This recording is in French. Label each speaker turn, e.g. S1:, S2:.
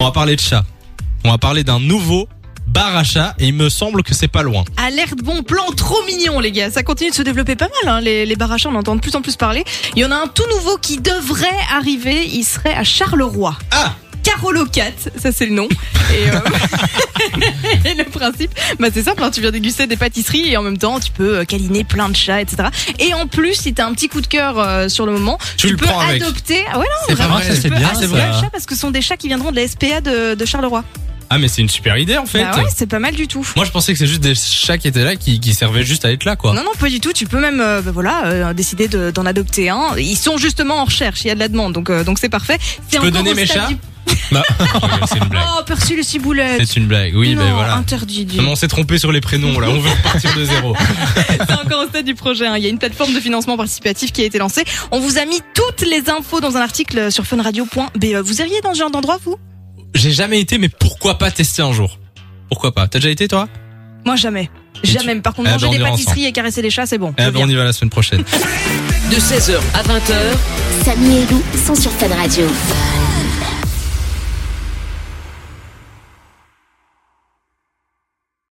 S1: va parler de chat. On va parler d'un nouveau bar à chat et il me semble que c'est pas loin.
S2: Alerte bon plan, trop mignon les gars. Ça continue de se développer pas mal. hein. Les, les barachas, on entend de plus en plus parler. Il y en a un tout nouveau qui devrait arriver. Il serait à Charleroi.
S1: Ah
S2: Carolocat, ça c'est le nom. Et, euh, et le principe, bah c'est simple, hein, tu viens déguster des pâtisseries et en même temps tu peux euh, câliner plein de chats, etc. Et en plus, si t'as un petit coup de cœur euh, sur le moment,
S1: Tu le
S2: peux
S1: prends avec.
S2: adopter. Ah ouais non,
S3: C'est
S2: vraiment,
S3: pas vrai,
S2: tu
S3: c'est
S2: peux
S3: bien,
S2: adopter
S3: c'est vrai.
S2: un chat parce que ce sont des chats qui viendront de la SPA de, de Charleroi.
S1: Ah mais c'est une super idée en fait.
S2: Bah ouais, c'est pas mal du tout.
S1: Moi je pensais que c'est juste des chats qui étaient là qui, qui servaient juste à être là quoi.
S2: Non, non, pas du tout. Tu peux même, euh, bah voilà, euh, décider de- d'en adopter un. Ils sont justement en recherche. Il y a de la demande, donc euh, donc c'est parfait. Tu
S1: peux donner mes chats Bah, c'est une blague.
S2: Oh, Percy le ciboulette.
S1: C'est une blague. Oui
S2: non,
S1: mais voilà.
S2: interdit. Dieu.
S1: Non, mais on s'est trompé sur les prénoms là, on veut repartir de zéro.
S2: C'est encore au stade du projet. hein. Il y a une plateforme de financement participatif qui a été lancée. On vous a mis toutes les infos dans un article sur funradio.be. E. Vous iriez dans ce genre d'endroit, vous
S1: J'ai jamais été mais pourquoi pas tester un jour Pourquoi pas T'as déjà été toi
S2: Moi, jamais.
S1: Et tu-
S2: Jamais. Mais Par contre,
S1: Eh ben,
S2: manger
S1: on
S2: des
S1: ira
S2: pâtisseries et caresser les chats, c'est bon.
S1: Eh
S2: Je
S1: ben, on
S2: viens.
S1: y va la semaine prochaine.
S4: De 16h à 20h,
S5: Samy et Lou sont sur Fan Radio.